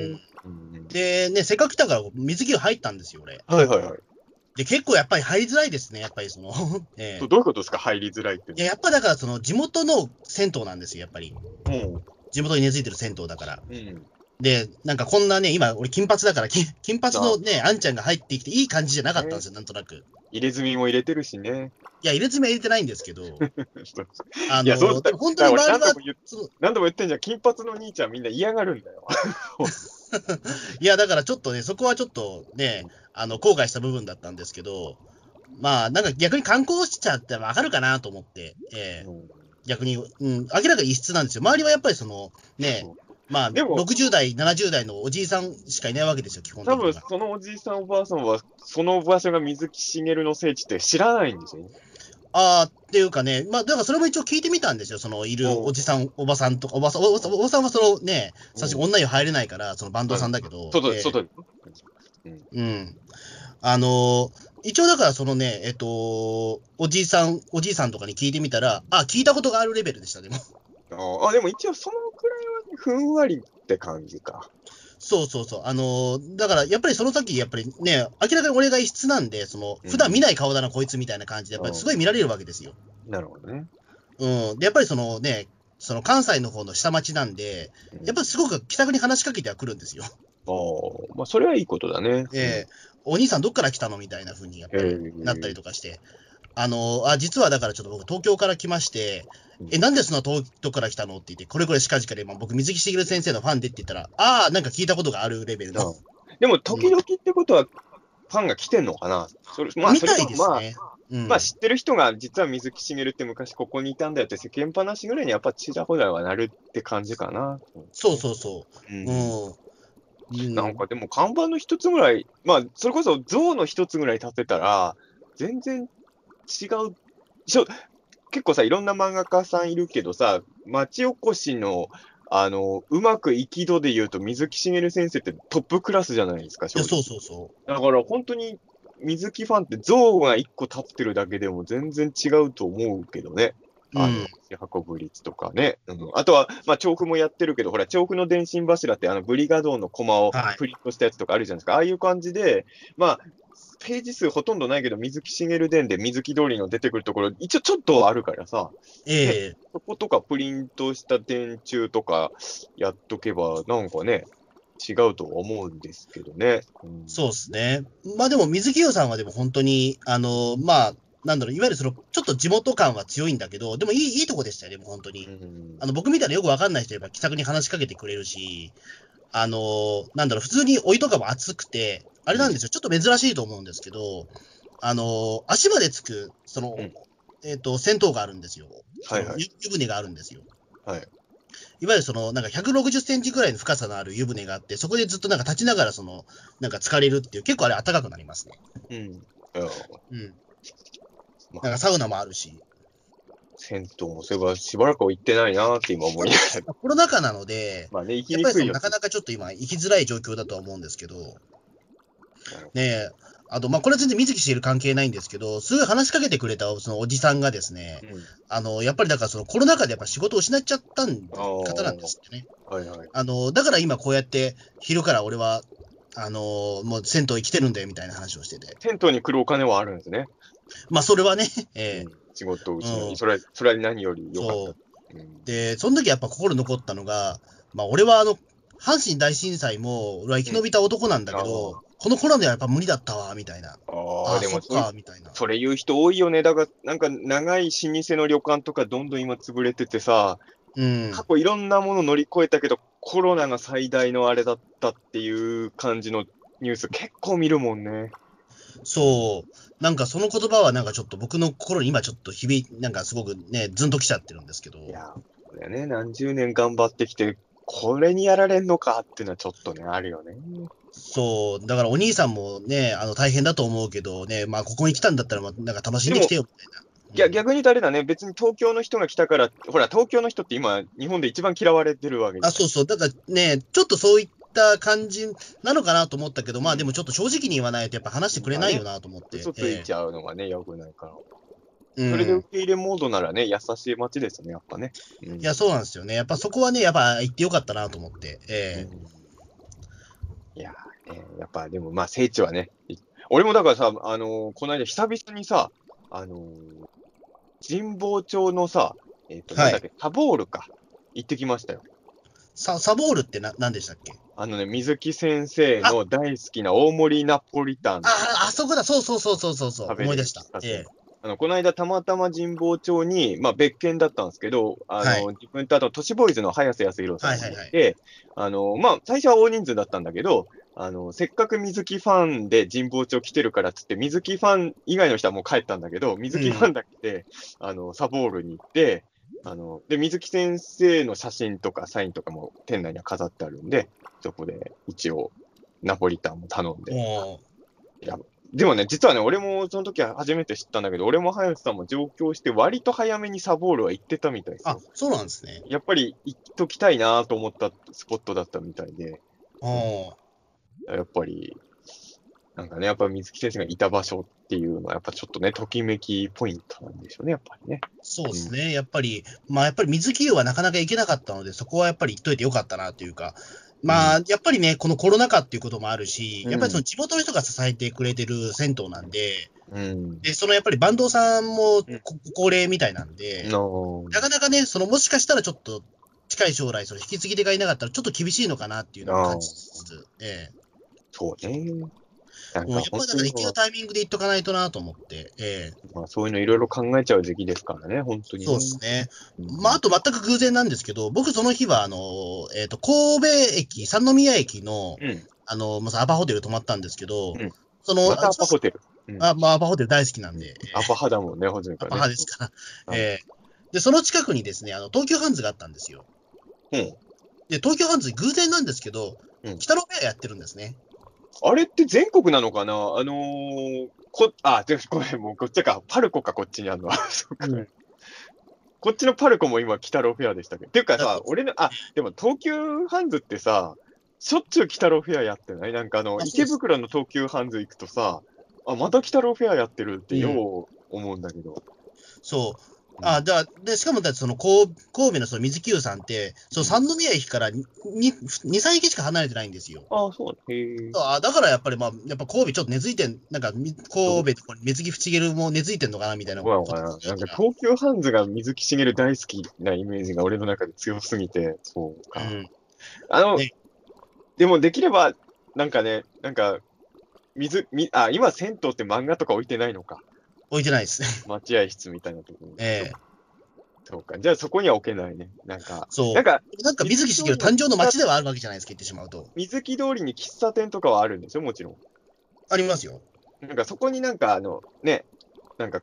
C: ん
B: で、ね、せっかく来たから水着を入ったんですよ、俺。
C: はいはいはい。
B: で、結構やっぱり入りづらいですね、やっぱりその。 ええ
C: どどういうことですか入りづらいって
B: い。や、やっぱだからその地元の銭湯なんですよ、やっぱり。
C: も
B: 地元に根付いてる銭湯だから。
C: う、うん。
B: で、なんかこんなね、今、俺金髪だから、金金髪のね、あんちゃんが入ってきていい感じじゃなかったんですよ、なんとなく。
C: 入れ墨も入れてるしね。
B: いや、入れ墨は入れてないんです けど、あ
C: いや、 そう
B: の、
C: だ
B: でも本当に
C: だ
B: 周
C: から
B: りは
C: 俺何度も言っ
B: その
C: 何度も言ってんじゃん、金髪の兄ちゃんみんな嫌がるんだよ。
B: いや、だからちょっとね、そこはちょっとね、あの、後悔した部分だったんですけど、まあ、なんか逆に観光しちゃってわかるかなと思って、ええ逆に、うん、明らかに異質なんですよ。周りはやっぱりその、ね
C: そう、
B: まあ、
C: でも
B: 60代、70代のおじいさんしかいないわけですよ、基本的
C: 多
B: に
C: 分
B: は。
C: そのおじいさん、おばあさんは、その場所が水木しげるの聖地って知らないんですよ。
B: ああ、っていうかね、まあ、だからそれも一応聞いてみたんですよ、そのいる
C: おう
B: おじさん、おばさんとか、おばさん、おばさんおばさんはそのね、
C: うん
B: 最初女湯入れないから、そのバンドさんだけど、
C: 外
B: え
C: で、
B: ー
C: 外で。
B: うん。あのー一応だからそのね、えっと、おじいさん、おじいさんとかに聞いてみたら、あ、聞いたことがあるレベルでした、でも。
C: あーあ、でも一応そのくらいはふんわりって感じか。
B: そうそうそう。あのーだからやっぱりその時、やっぱりね、明らかに俺が異質なんで、その、
C: うん
B: 普段見ない顔だな、こいつみたいな感じで、やっぱりすごい見られるわけですよ。
C: なるほどね。
B: うん。で、やっぱりそのね、その関西の方の下町なんで、やっぱりすごく気さくに話しかけてはくるんですよ。
C: ああ、まあそれはいいことだね。
B: ええお兄さんどっから来たのみたいな風にやっぱり
C: ー
B: なったりとかして、あのあ実はだからちょっと僕、東京から来まして
C: うん、
B: え、なんでそんな東京から来たのって言って、これこれしかじかで、まあ僕、水木しげる先生のファンでって言ったら、ああ、なんか聞いたことがあるレベルの、
C: でも、時々ってことは、ファンが来てんのかなそれ、まあ、
B: み
C: それ
B: た
C: と
B: いで
C: も
B: す
C: まあ、
B: ね。うん
C: まあ、知ってる人が、実は水木しげるって昔ここにいたんだよって世間話ぐらいにやっぱちらほらはなるって感じかな。
B: そうそうそうう。
C: ん
B: うん。うん
C: なんかでも看板の一つぐらい、まあ、それこそ像の一つぐらい立てたら、全然違う。しょ結構さ、いろんな漫画家さんいるけどさ、町おこしの、あの、うまく生き度で言うと、水木しげる先生ってトップクラスじゃないですか、
B: い
C: 正
B: や
C: 直
B: そうそうそ
C: だから本当に水木ファンって像が一個立ってるだけでも全然違うと思うけどね。
B: う。う
C: あの、
B: ん。
C: 運ぶ率とかね。うん、あとは、まあ、調布もやってるけど、ほら、調布の電信柱って、あの、ブリガドーンのコマを
B: はい
C: プリントしたやつとかあるじゃないですか。ああいう感じで、まあ、ページ数ほとんどないけど、水木しげる伝で水木通りの出てくるところ、一応ちょっとはあるからさ、
B: ええ
C: そことかプリントした電柱とかやっとけば、なんかね、違うとは思うんですけどね。うん
B: そうですね。まあでも、水木優さんはでも本当に、あのまあ、なんだろう、いわゆるその、ちょっと地元感は強いんだけど、でもいいいいとこでしたよ、でも本当に
C: う。ん
B: あの僕みたいなよくわかんない人やっぱ気さくに話しかけてくれるし、あのなんだろう、普通にお湯とかも熱くて、あれなんですよ、ちょっと珍しいと思うんですけど、あの足までつく、その、
C: うん
B: えっ、と、銭湯があるんですよ。
C: はいはい
B: 湯湯船があるんですよ。
C: はい。
B: いわゆるその、なんか160センチぐらいの深さのある湯船があって、そこでずっとなんか立ちながら、その、なんか疲れるっていう、結構あれ暖かくなりますね。
C: うん。うん
B: うん。
C: まあ
B: なんかサウナもあるし。
C: 銭湯もそういえばしばらくは行ってないなって今思いながら。
B: コロナ禍なので、
C: まあね、行き
B: やっ
C: に
B: ぱりそ
C: くい
B: の
C: よ
B: な。かなかちょっと今、行きづらい状況だとは思うんですけど、ねえ、あと、まあ、これは全然水木しげる関係ないんですけど、すごい話しかけてくれたそのおじさんがですね、
C: うん
B: あのやっぱりだからそのコロナ禍でやっぱ仕事を失っちゃったん
C: あー
B: 方なんですってね。
C: はいはい。
B: あのだから今こうやって昼から俺はあのもう銭湯に来てるんだよみたいな話をしてて、
C: 銭湯に来るお金はあるんですね。
B: まあそれはね、 え
C: うん仕事を失う、
B: うん
C: それは、それは何より
B: え
C: 良か
B: そう
C: った。うん
B: で、その時やっぱ心残ったのが、まあ、俺はあの阪神大震災も俺は生き延びた男なんだけど、
C: うんあ
B: このコロナではやっぱ無理だったわみたいな、
C: あ
B: あ
C: あ、
B: あ、
C: で
B: そ
C: も
B: っかみたいな。
C: それ言う人多いよね。だから、なんか長い老舗の旅館とかどんどん今潰れててさ、
B: うん、
C: 過去いろんなもの乗り越えたけど、コロナが最大のあれだったっていう感じのニュース結構見るもんね。
B: そう、なんかその言葉はなんかちょっと僕の心に今ちょっと響いなんかすごくね、ずんときちゃってるんですけど、
C: いや、これね、何十年頑張ってきて、これにやられんのかっていうのはちょっとね、あるよね。
B: そう、だからお兄さんもね、あの大変だと思うけどね、まあここに来たんだったら、まあなんか楽しんできてよみたいな。
C: いや、
B: うん
C: 逆に言うとあれだね、別に東京の人が来たから、ほら、東京の人って今、日本で一番嫌われてるわけじゃん
B: あそうそう、だからね、ちょっとそういった感じなのかなと思ったけど、まあでもちょっと正直に言わないと、やっぱ話してくれないよなと思って。
C: 嘘ついちゃうのがね、よくないから。
B: ええ
C: それで
B: うん
C: 受け入れモードならね、優しい街ですね、やっぱね。うん
B: いや、そうなんですよね。やっぱそこはね、やっぱ行ってよかったなと思って。ええ
C: いやーね、やっぱでもまあ聖地はね、い俺もだからさ、あのーこの間久々にさ、あのー神保町のさ、えっ、と、
B: はい
C: なんだっけ、タボールか、行ってきましたよ。
B: ササボールってな何でしたっけ
C: あのね、水木先生の大好きな大盛りナポリタン
B: あ。あ、あそこだ、そうそうそうそうそうそう、
C: 食べれる
B: 思い出した。ええ
C: あのこの間、たまたま神保町に、まあ、別件だったんですけど、あの自分とあと都市ボーイズの早瀬康弘さんがいて、
B: はいはい
C: あのまあ、最初は大人数だったんだけど、あのせっかく水木ファンで神保町来てるからっつって、水木ファン以外の人はもう帰ったんだけど、水木ファンだけで、あのサボールに行ってあので、水木先生の写真とかサインとかも店内には飾ってあるんで、そこで一応、ナポリタンも頼んで。
B: も
C: でもね、実はね、俺もその時は初めて知ったんだけど、俺も早瀬さんも上京して、割と早めにサボールは行ってたみたいで
B: う、
C: す
B: あ
C: よ。
B: そうなんですね。
C: やっぱり行っときたいなと思ったスポットだったみたいで、
B: うん
C: やっぱり、なんかね、やっぱ水木先生がいた場所っていうのは、やっぱちょっとね、ときめきポイントなんでしょうね、やっぱりね。
B: そうですね、やっぱり、まあ、やっぱり水木湯はなかなか行けなかったので、そこはやっぱり行っといてよかったなというか、まあ、やっぱりね、このコロナ禍っていうこともあるし、
C: うん
B: やっぱりその地元の人が支えてくれてる銭湯なんで、
C: うん。
B: でそのやっぱりバンドさんも
C: うん
B: ごご高齢みたいなんで、
C: の
B: なかなかね、そのもしかしたらちょっと近い将来、その引き継ぎ手がいなかったら、ちょっと厳しいのかなっていうのを感じつつ、ええ
C: そうね。なん
B: うんや
C: か
B: っぱり
C: 本
B: だか
C: 当
B: ら
C: に
B: 行きのタイミングで行っとかないとなと思って、ええ
C: まあ、そういうのいろいろ考えちゃう時期ですからね、本当に、
B: そうですね。
C: うん
B: まあ、あと全く偶然なんですけど、僕その日は、あの、えっ、と、神戸駅、三宮駅の、
C: うん。
B: あの、まずアパホテル泊まったんですけど、
C: うん
B: その、
C: またアパホテル。
B: あまあ、アパホテル大好きなんで、えー
C: アパ派だもんね、ほずみ
B: ア
C: か
B: パ派
C: らね。
B: ですから、
C: うん
B: えーで、その近くにですね、あの、東急ハンズがあったんですよ。
C: うん
B: で、東急ハンズ偶然なんですけど、
C: うん
B: 北の部屋やってるんですね。
C: あれって全国なのかなあのー、こ、あ、でごめん、もうこっちか、パルコか、こっちにあるのは。 そっか
B: うん
C: こっちのパルコも今、北ロフェアでしたけど。っていうか
B: だ
C: さ
B: って、
C: 俺の、あ、でも東急ハンズってさ、しょっちゅう北ロフェアやってないなんかあの、
B: あそうです
C: 池袋の東急ハンズ行くとさ、あ、また北ロフェアやってるって
B: うん
C: よう思うんだけど。
B: そう。
C: うん
B: あだでしかもだってその神神戸のその水木湯さんって、その三宮駅から2、2 3駅しか離れてないんですよ。
C: あ、そうだ。へえ。
B: あだからやっぱり、まあ、やっぱ神戸ちょっと根付いてん、なんかみ神戸とか水木しげるも根付いてんのかなみたいな
C: そうなのかななん
B: と
C: か東急ハンズが水木しげる大好きなイメージが俺の中で強すぎて、そうか。
B: うん、
C: あの、
B: ね
C: でもできれば、なんかね、なんか、水、みあ、今、銭湯って漫画とか置いてないのか。
B: 置いてないですね。
C: 待合室みたいなところに。
B: ええ
C: そうか。じゃあそこには置けないね。なんか、
B: そう。
C: なんか、
B: なんか水木しげる誕生の街ではあるわけじゃないですか、言ってしまうと。
C: 水木通りに喫茶店とかはあるんでしょもちろ
B: ありますよ。
C: ん。なんかそこになんか、あの、ね、なんか、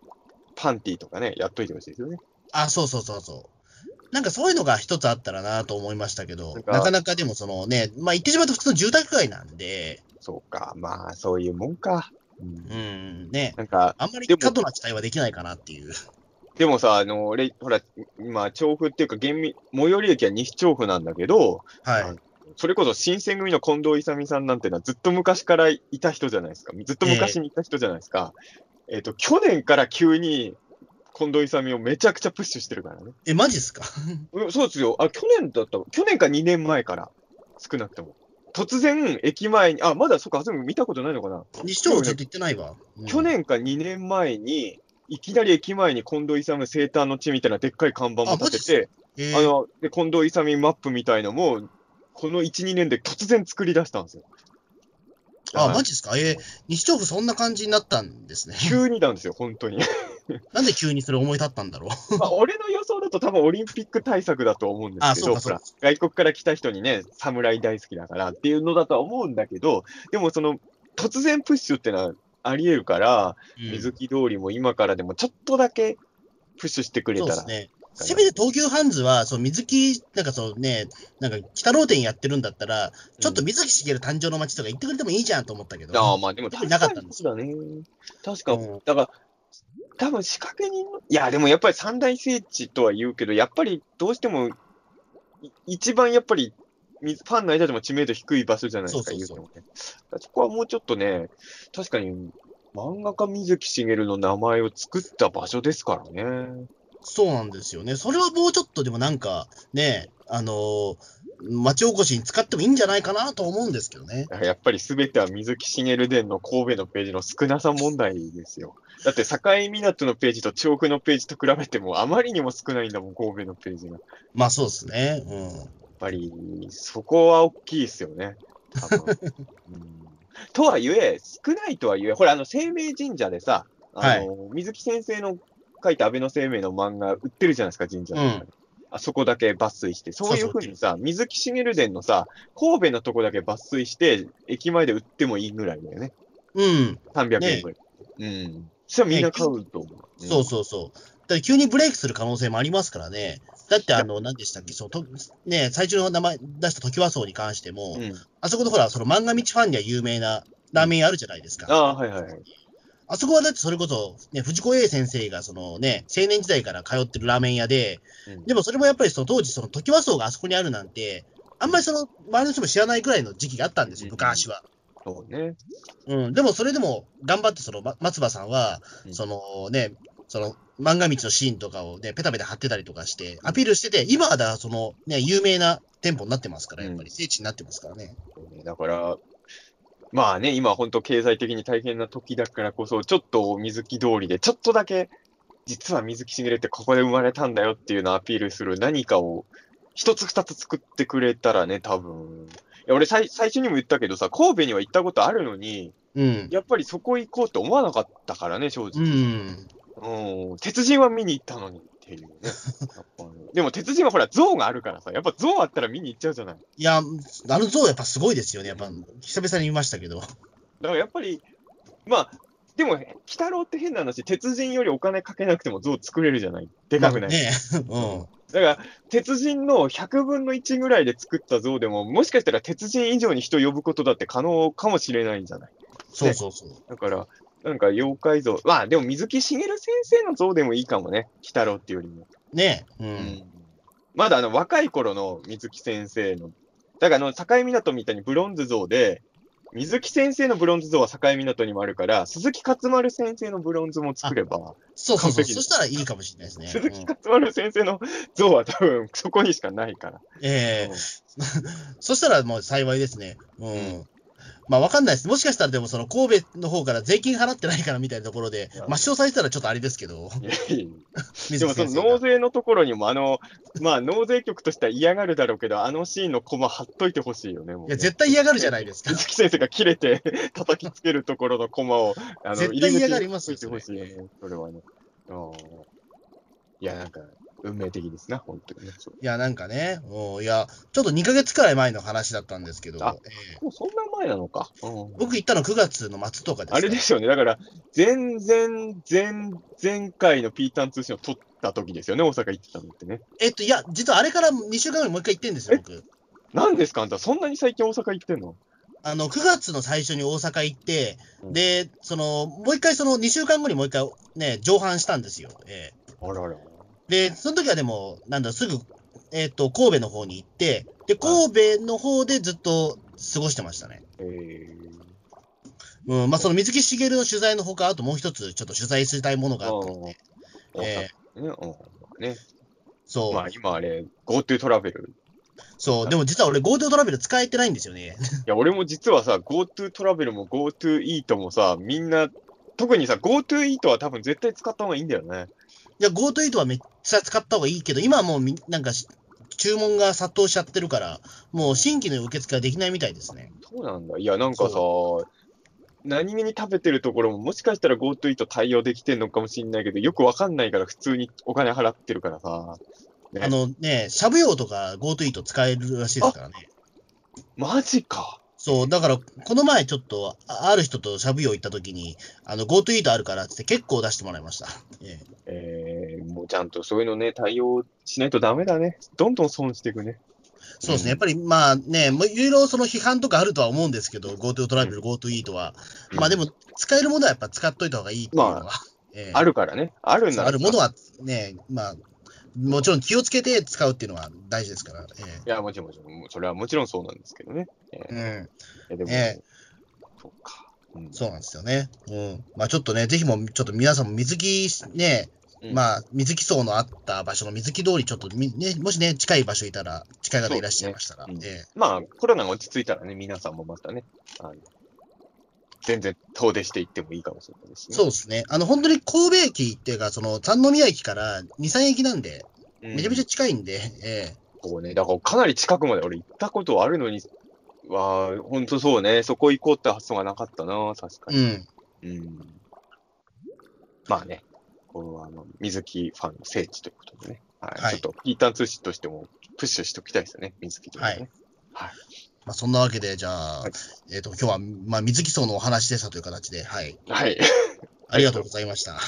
C: パンティーとかね、やっといてほしいですよね。
B: あ、そうそうそうそう。なんかそういうのが一つあったらなと思いましたけど、
C: なん
B: な
C: か
B: かなかでもそのね、まあ言ってしまうと普通の住宅街なんで、
C: そうか。まあ、そういうもんか。うん
B: うん、ね、
C: なんか、
B: あんまり
C: でも
B: 過度な期待はできないかなっていう。
C: でもさ、あの、れほら、今、調布っていうか、厳密、最寄り駅は西調布なんだけど、
B: は
C: はいそれこそ新選組の近藤勇さんなんてのはずっと昔からいた人じゃないですか。ずっと昔にいた人じゃないですか。えっ、と、去年から急に近藤勇をめちゃくちゃプッシュしてるからね。
B: い。え、マジっすか
C: うんそうですよ。あ、去年だった。去年か2年前から。少なくとも。突然、駅前に、あ、まだそっか、あずみ見たことないのかな。
B: 西町ずっと行ってないわ。うん
C: 去年か2年前に、いきなり駅前に近藤勇生誕の地みたいなでっかい看板も立てて、
B: え
C: あ
B: ー、
C: の、で、近藤勇マップみたいのも、この1、2年で突然作り出したんですよ。
B: あ、
C: はい
B: マジっすかえー、西町府そんな感じになったんですね。
C: 急になんですよ、本当に。
B: なんで急にそれ思い立ったんだろう。
C: まあ、俺の予想だと多分オリンピック対策だと思うんで
B: あ
C: すけ
B: そう
C: ど、
B: かそうか
C: ほら外国から来た人にね、侍大好きだからっていうのだとは思うんだけど、でもその、突然プッシュってのはあり得るから、
B: うん
C: 水木通りも今からでもちょっとだけプッシュしてくれ
B: そう
C: た
B: で
C: ら。
B: すね。せめて東急ハンズは、そう、水木、なんかそうね、なんか北ロー店やってるんだったら、ちょっと水木しげる誕生の街とか行ってくれてもいいじゃんと思ったけど。
C: ああ、まあでも
B: 特に
C: 確
B: なか
C: か
B: ったん
C: に
B: です
C: そうだね。確か、
B: うん
C: だから、多分仕掛け人の、いや、でもやっぱり三大聖地とは言うけど、やっぱりどうしても、い一番やっぱり、みファンの間でも知名度低い場所じゃないですか、
B: そうそう
C: 言
B: そう
C: てもね。そこはもうちょっとね、確かに、漫画家水木しげるの名前を作った場所ですからね。
B: そうなんですよね。それはもうちょっとでもなんか、ね、あのー町おこしに使ってもいいんじゃないかなと思うんですけどね。
C: だからやっぱり全ては水木しげる伝の神戸のページの少なさ問題ですよ。だって境港のページと調布のページと比べてもあまりにも少ないんだもん、神戸のページが。やっ
B: まあそうですね。う
C: ぱり、そこは大きいですよね。多 分うんとはいえ、少ないとはいえ、ほら、あの、生命神社でさ、あの、水木先生の書いた安倍の生命の漫画売ってるじゃないですか、神社とかで
B: う
C: あそこだけ抜粋して、そういうふうにさ、水木しげる伝のさ、神戸のとこだけ抜粋して、駅前で売ってもいいぐらいだよね。
B: ん。うん。
C: 300円ぐらい。うん。そしたらみんな買うと思う。うん
B: そうそうそう。だから急にブレイクする可能性もありますからね。だって、あの、何でしたっけ、そう、とね、最初の名前出した時はそうに関しても、
C: うん。
B: あそこのほら、その漫画道ファンには有名なラーメン屋あるじゃないですか。
C: ああ、はいはいはい。
B: あそこはだってそれこそ、ね、藤子 A 先生がそのね、青年時代から通ってるラーメン屋で、
C: うん
B: でもそれもやっぱりその当時、その時和荘があそこにあるなんて、あんまりその周りの人も知らないくらいの時期があったんですよ、
C: うん
B: 昔は。
C: そうね。
B: うん、でもそれでも頑張ってそのま松葉さんは、
C: うん
B: そのね、その漫画道のシーンとかをね、ペタペタ貼ってたりとかして、アピールしてて、今はだからそのね、有名な店舗になってますから、やっぱり聖地になってますからね。
C: そうねだから、まあね、今本当経済的に大変な時だからこそ、ちょっと水木通りで、ちょっとだけ、実は水木しげるってここで生まれたんだよっていうのをアピールする何かを、一つ二つ作ってくれたらね、多分。いや俺最、最初にも言ったけどさ、神戸には行ったことあるのに、
B: うん。
C: やっぱりそこ行こうって思わなかったからね、正
B: う
C: 直。
B: ん。
C: うん、鉄人は見に行ったのにっていうね。やっぱねでも鉄人はほら、像があるからさ、やっぱ像あったら見に行っちゃうじゃない。
B: いや、あの像やっぱすごいですよね。やっぱ久々に見ましたけど。
C: だからやっぱり、まあ、でも、鬼太郎って変な話、鉄人よりお金かけなくても像作れるじゃない。でかくない。
B: ね うん。
C: だから、鉄人の100分の1ぐらいで作った像でも、もしかしたら鉄人以上に人呼ぶことだって可能かもしれないんじゃない。
B: そうそうそう。
C: だから、なんか妖怪像、まあでも水木しげる先生の像でもいいかもね、鬼太郎っていうよりも。
B: ねう。
C: うんんまだあの若い頃の水木先生の、だからあの境港みたいにブロンズ像で、水木先生のブロンズ像は境港にもあるから、鈴木勝丸先生のブロンズも作れば、
B: そうそうそ
C: 完
B: う。
C: 璧
B: そしたらいいかもしれないですね。
C: 鈴木
B: うん
C: 勝丸先生の像は多分そこにしかないから。
B: ええ
C: うん
B: そしたらもう幸いですね。うん。まあわかんないです。もしかしたらでもその神戸の方から税金払ってないからみたいなところで
C: いや、
B: 抹消されてたらちょっとあれですけ ど、
C: いやいや
B: 水
C: でも
B: 木
C: その
B: 先生
C: 納
B: が。
C: 税のところにも、あの、まあ納税局としては嫌がるだろうけど、あのシーンのコマ貼っといてほしいよね、もう
B: い
C: ね
B: や、絶対嫌がるじゃないですか。
C: 水木先生が切れて 叩きつけるところのコマ を、あの、
B: 絶対嫌がりますよ
C: 入り口に入れてほしいよね、それはね。うんいや、なんか、運命的ですな、本当にね。そう
B: いや、なんかね、うんいや、ちょっと2ヶ月くらい前の話だったんですけど、
C: あ
B: ええ
C: もうそんな前なのか。うん
B: 僕行ったの9月の末とかですから
C: あれですよね、だから、前々、前、前回のピータン通信を取った時ですよね、大阪行ってたのってね。
B: えっと、いや、実はあれから2週間後にもう一回行ってんですよ、僕。
C: なんですか、あんた、そんなに最近大阪行ってんの
B: あの、9月の最初に大阪行って、
C: うん
B: で、その、もう一回、その、2週間後にもう一回、ね、上半したんですよ。ええ
C: ああらら。
B: で、その時はでも、なんだ、すぐ、えっ、と、神戸の方に行って、で、神戸の方でずっと過ごしてましたね。
C: えー、
B: うん、まあ、その水木しげるの取材のほか、あともう一つ、ちょっと取材したいものがあって、
C: あー
B: え
C: ね、うんね、
B: そう、
C: まあ今あれ、GoTo トラベル。
B: そう、でも実は俺、GoTo トラベル使えてないんですよね。
C: いや、俺も実はさ、GoTo トラベルも GoTo イートもさ、みんな、特にさ、GoTo イートは多分絶対使った方がいいんだよね。
B: いや、GoTo イートはめっちゃ使った方がいいけど、今はもうみ、なんかし、注文が殺到しちゃってるから、もう新規の受付はできないみたいですね。
C: そうなんだ。いや、なんかさ、何気に食べてるところももしかしたら GoTo イート対応できてんのかもしんないけど、よくわかんないから普通にお金払ってるからさ。ね
B: あのね、しゃぶ用とか GoTo イート使えるらしいですからね。
C: マジか。
B: そう、だから、この前ちょっと、あある人としゃぶ用行った時に、あの、GoTo イートあるからっつって結構出してもらいました。ええ
C: えー、もうちゃんとそういうのね、対応しないとダメだね。どんどん損していくね。
B: そうですね、やっぱりまあね、もういろいろその批判とかあるとは思うんですけど、GoTo トラベル、GoTo イートは。
C: うん
B: まあでも、使えるものはやっぱ使っといた方がいいっていうのは、
C: ま
B: ええ
C: あるからね。あるんだ
B: あるものはね、まあ、もちろん気をつけて使うっていうのは大事ですから。
C: いや、もちろん、もちろん、もうそれはもちろんそうなんですけどね。
B: ええ
C: いやでも、
B: え
C: そうか。うん
B: うん、そうなんですよね。うん。まあちょっとね、ぜひも、ちょっと皆さんも水木ね、
C: うん
B: まあ、水木層のあった場所の水木通り、ちょっとみ、ね、もしね、近い場所いたら、近い方いらっしゃいましたら、
C: そうです
B: ええ
C: まあ、コロナが落ち着いたらね、皆さんもまたね、あの全然遠出していってもいいかもしれないですね。
B: そうですね。あの、本当に神戸駅っていうか、その、三宮駅から2、3駅なんで、
C: うん
B: めちゃめちゃ近いんで、ええ
C: こうね、だからかなり近くまで俺行ったことあるのに、は、本当そうね、そこ行こうって発想がなかったな、確かに。
B: うん。
C: うん。まあね、これはあの水木ファンの聖地ということでね、はい
B: はい
C: ちょっとピーターン通信としてもプッシュしておきたいですよね、水木というのはね。
B: まあ、そんなわけで、じゃあ、
C: はい
B: えっ、と、今日は、まあ、水木層のお話でしたという形で、はい。
C: はい。
B: ありがとうございました。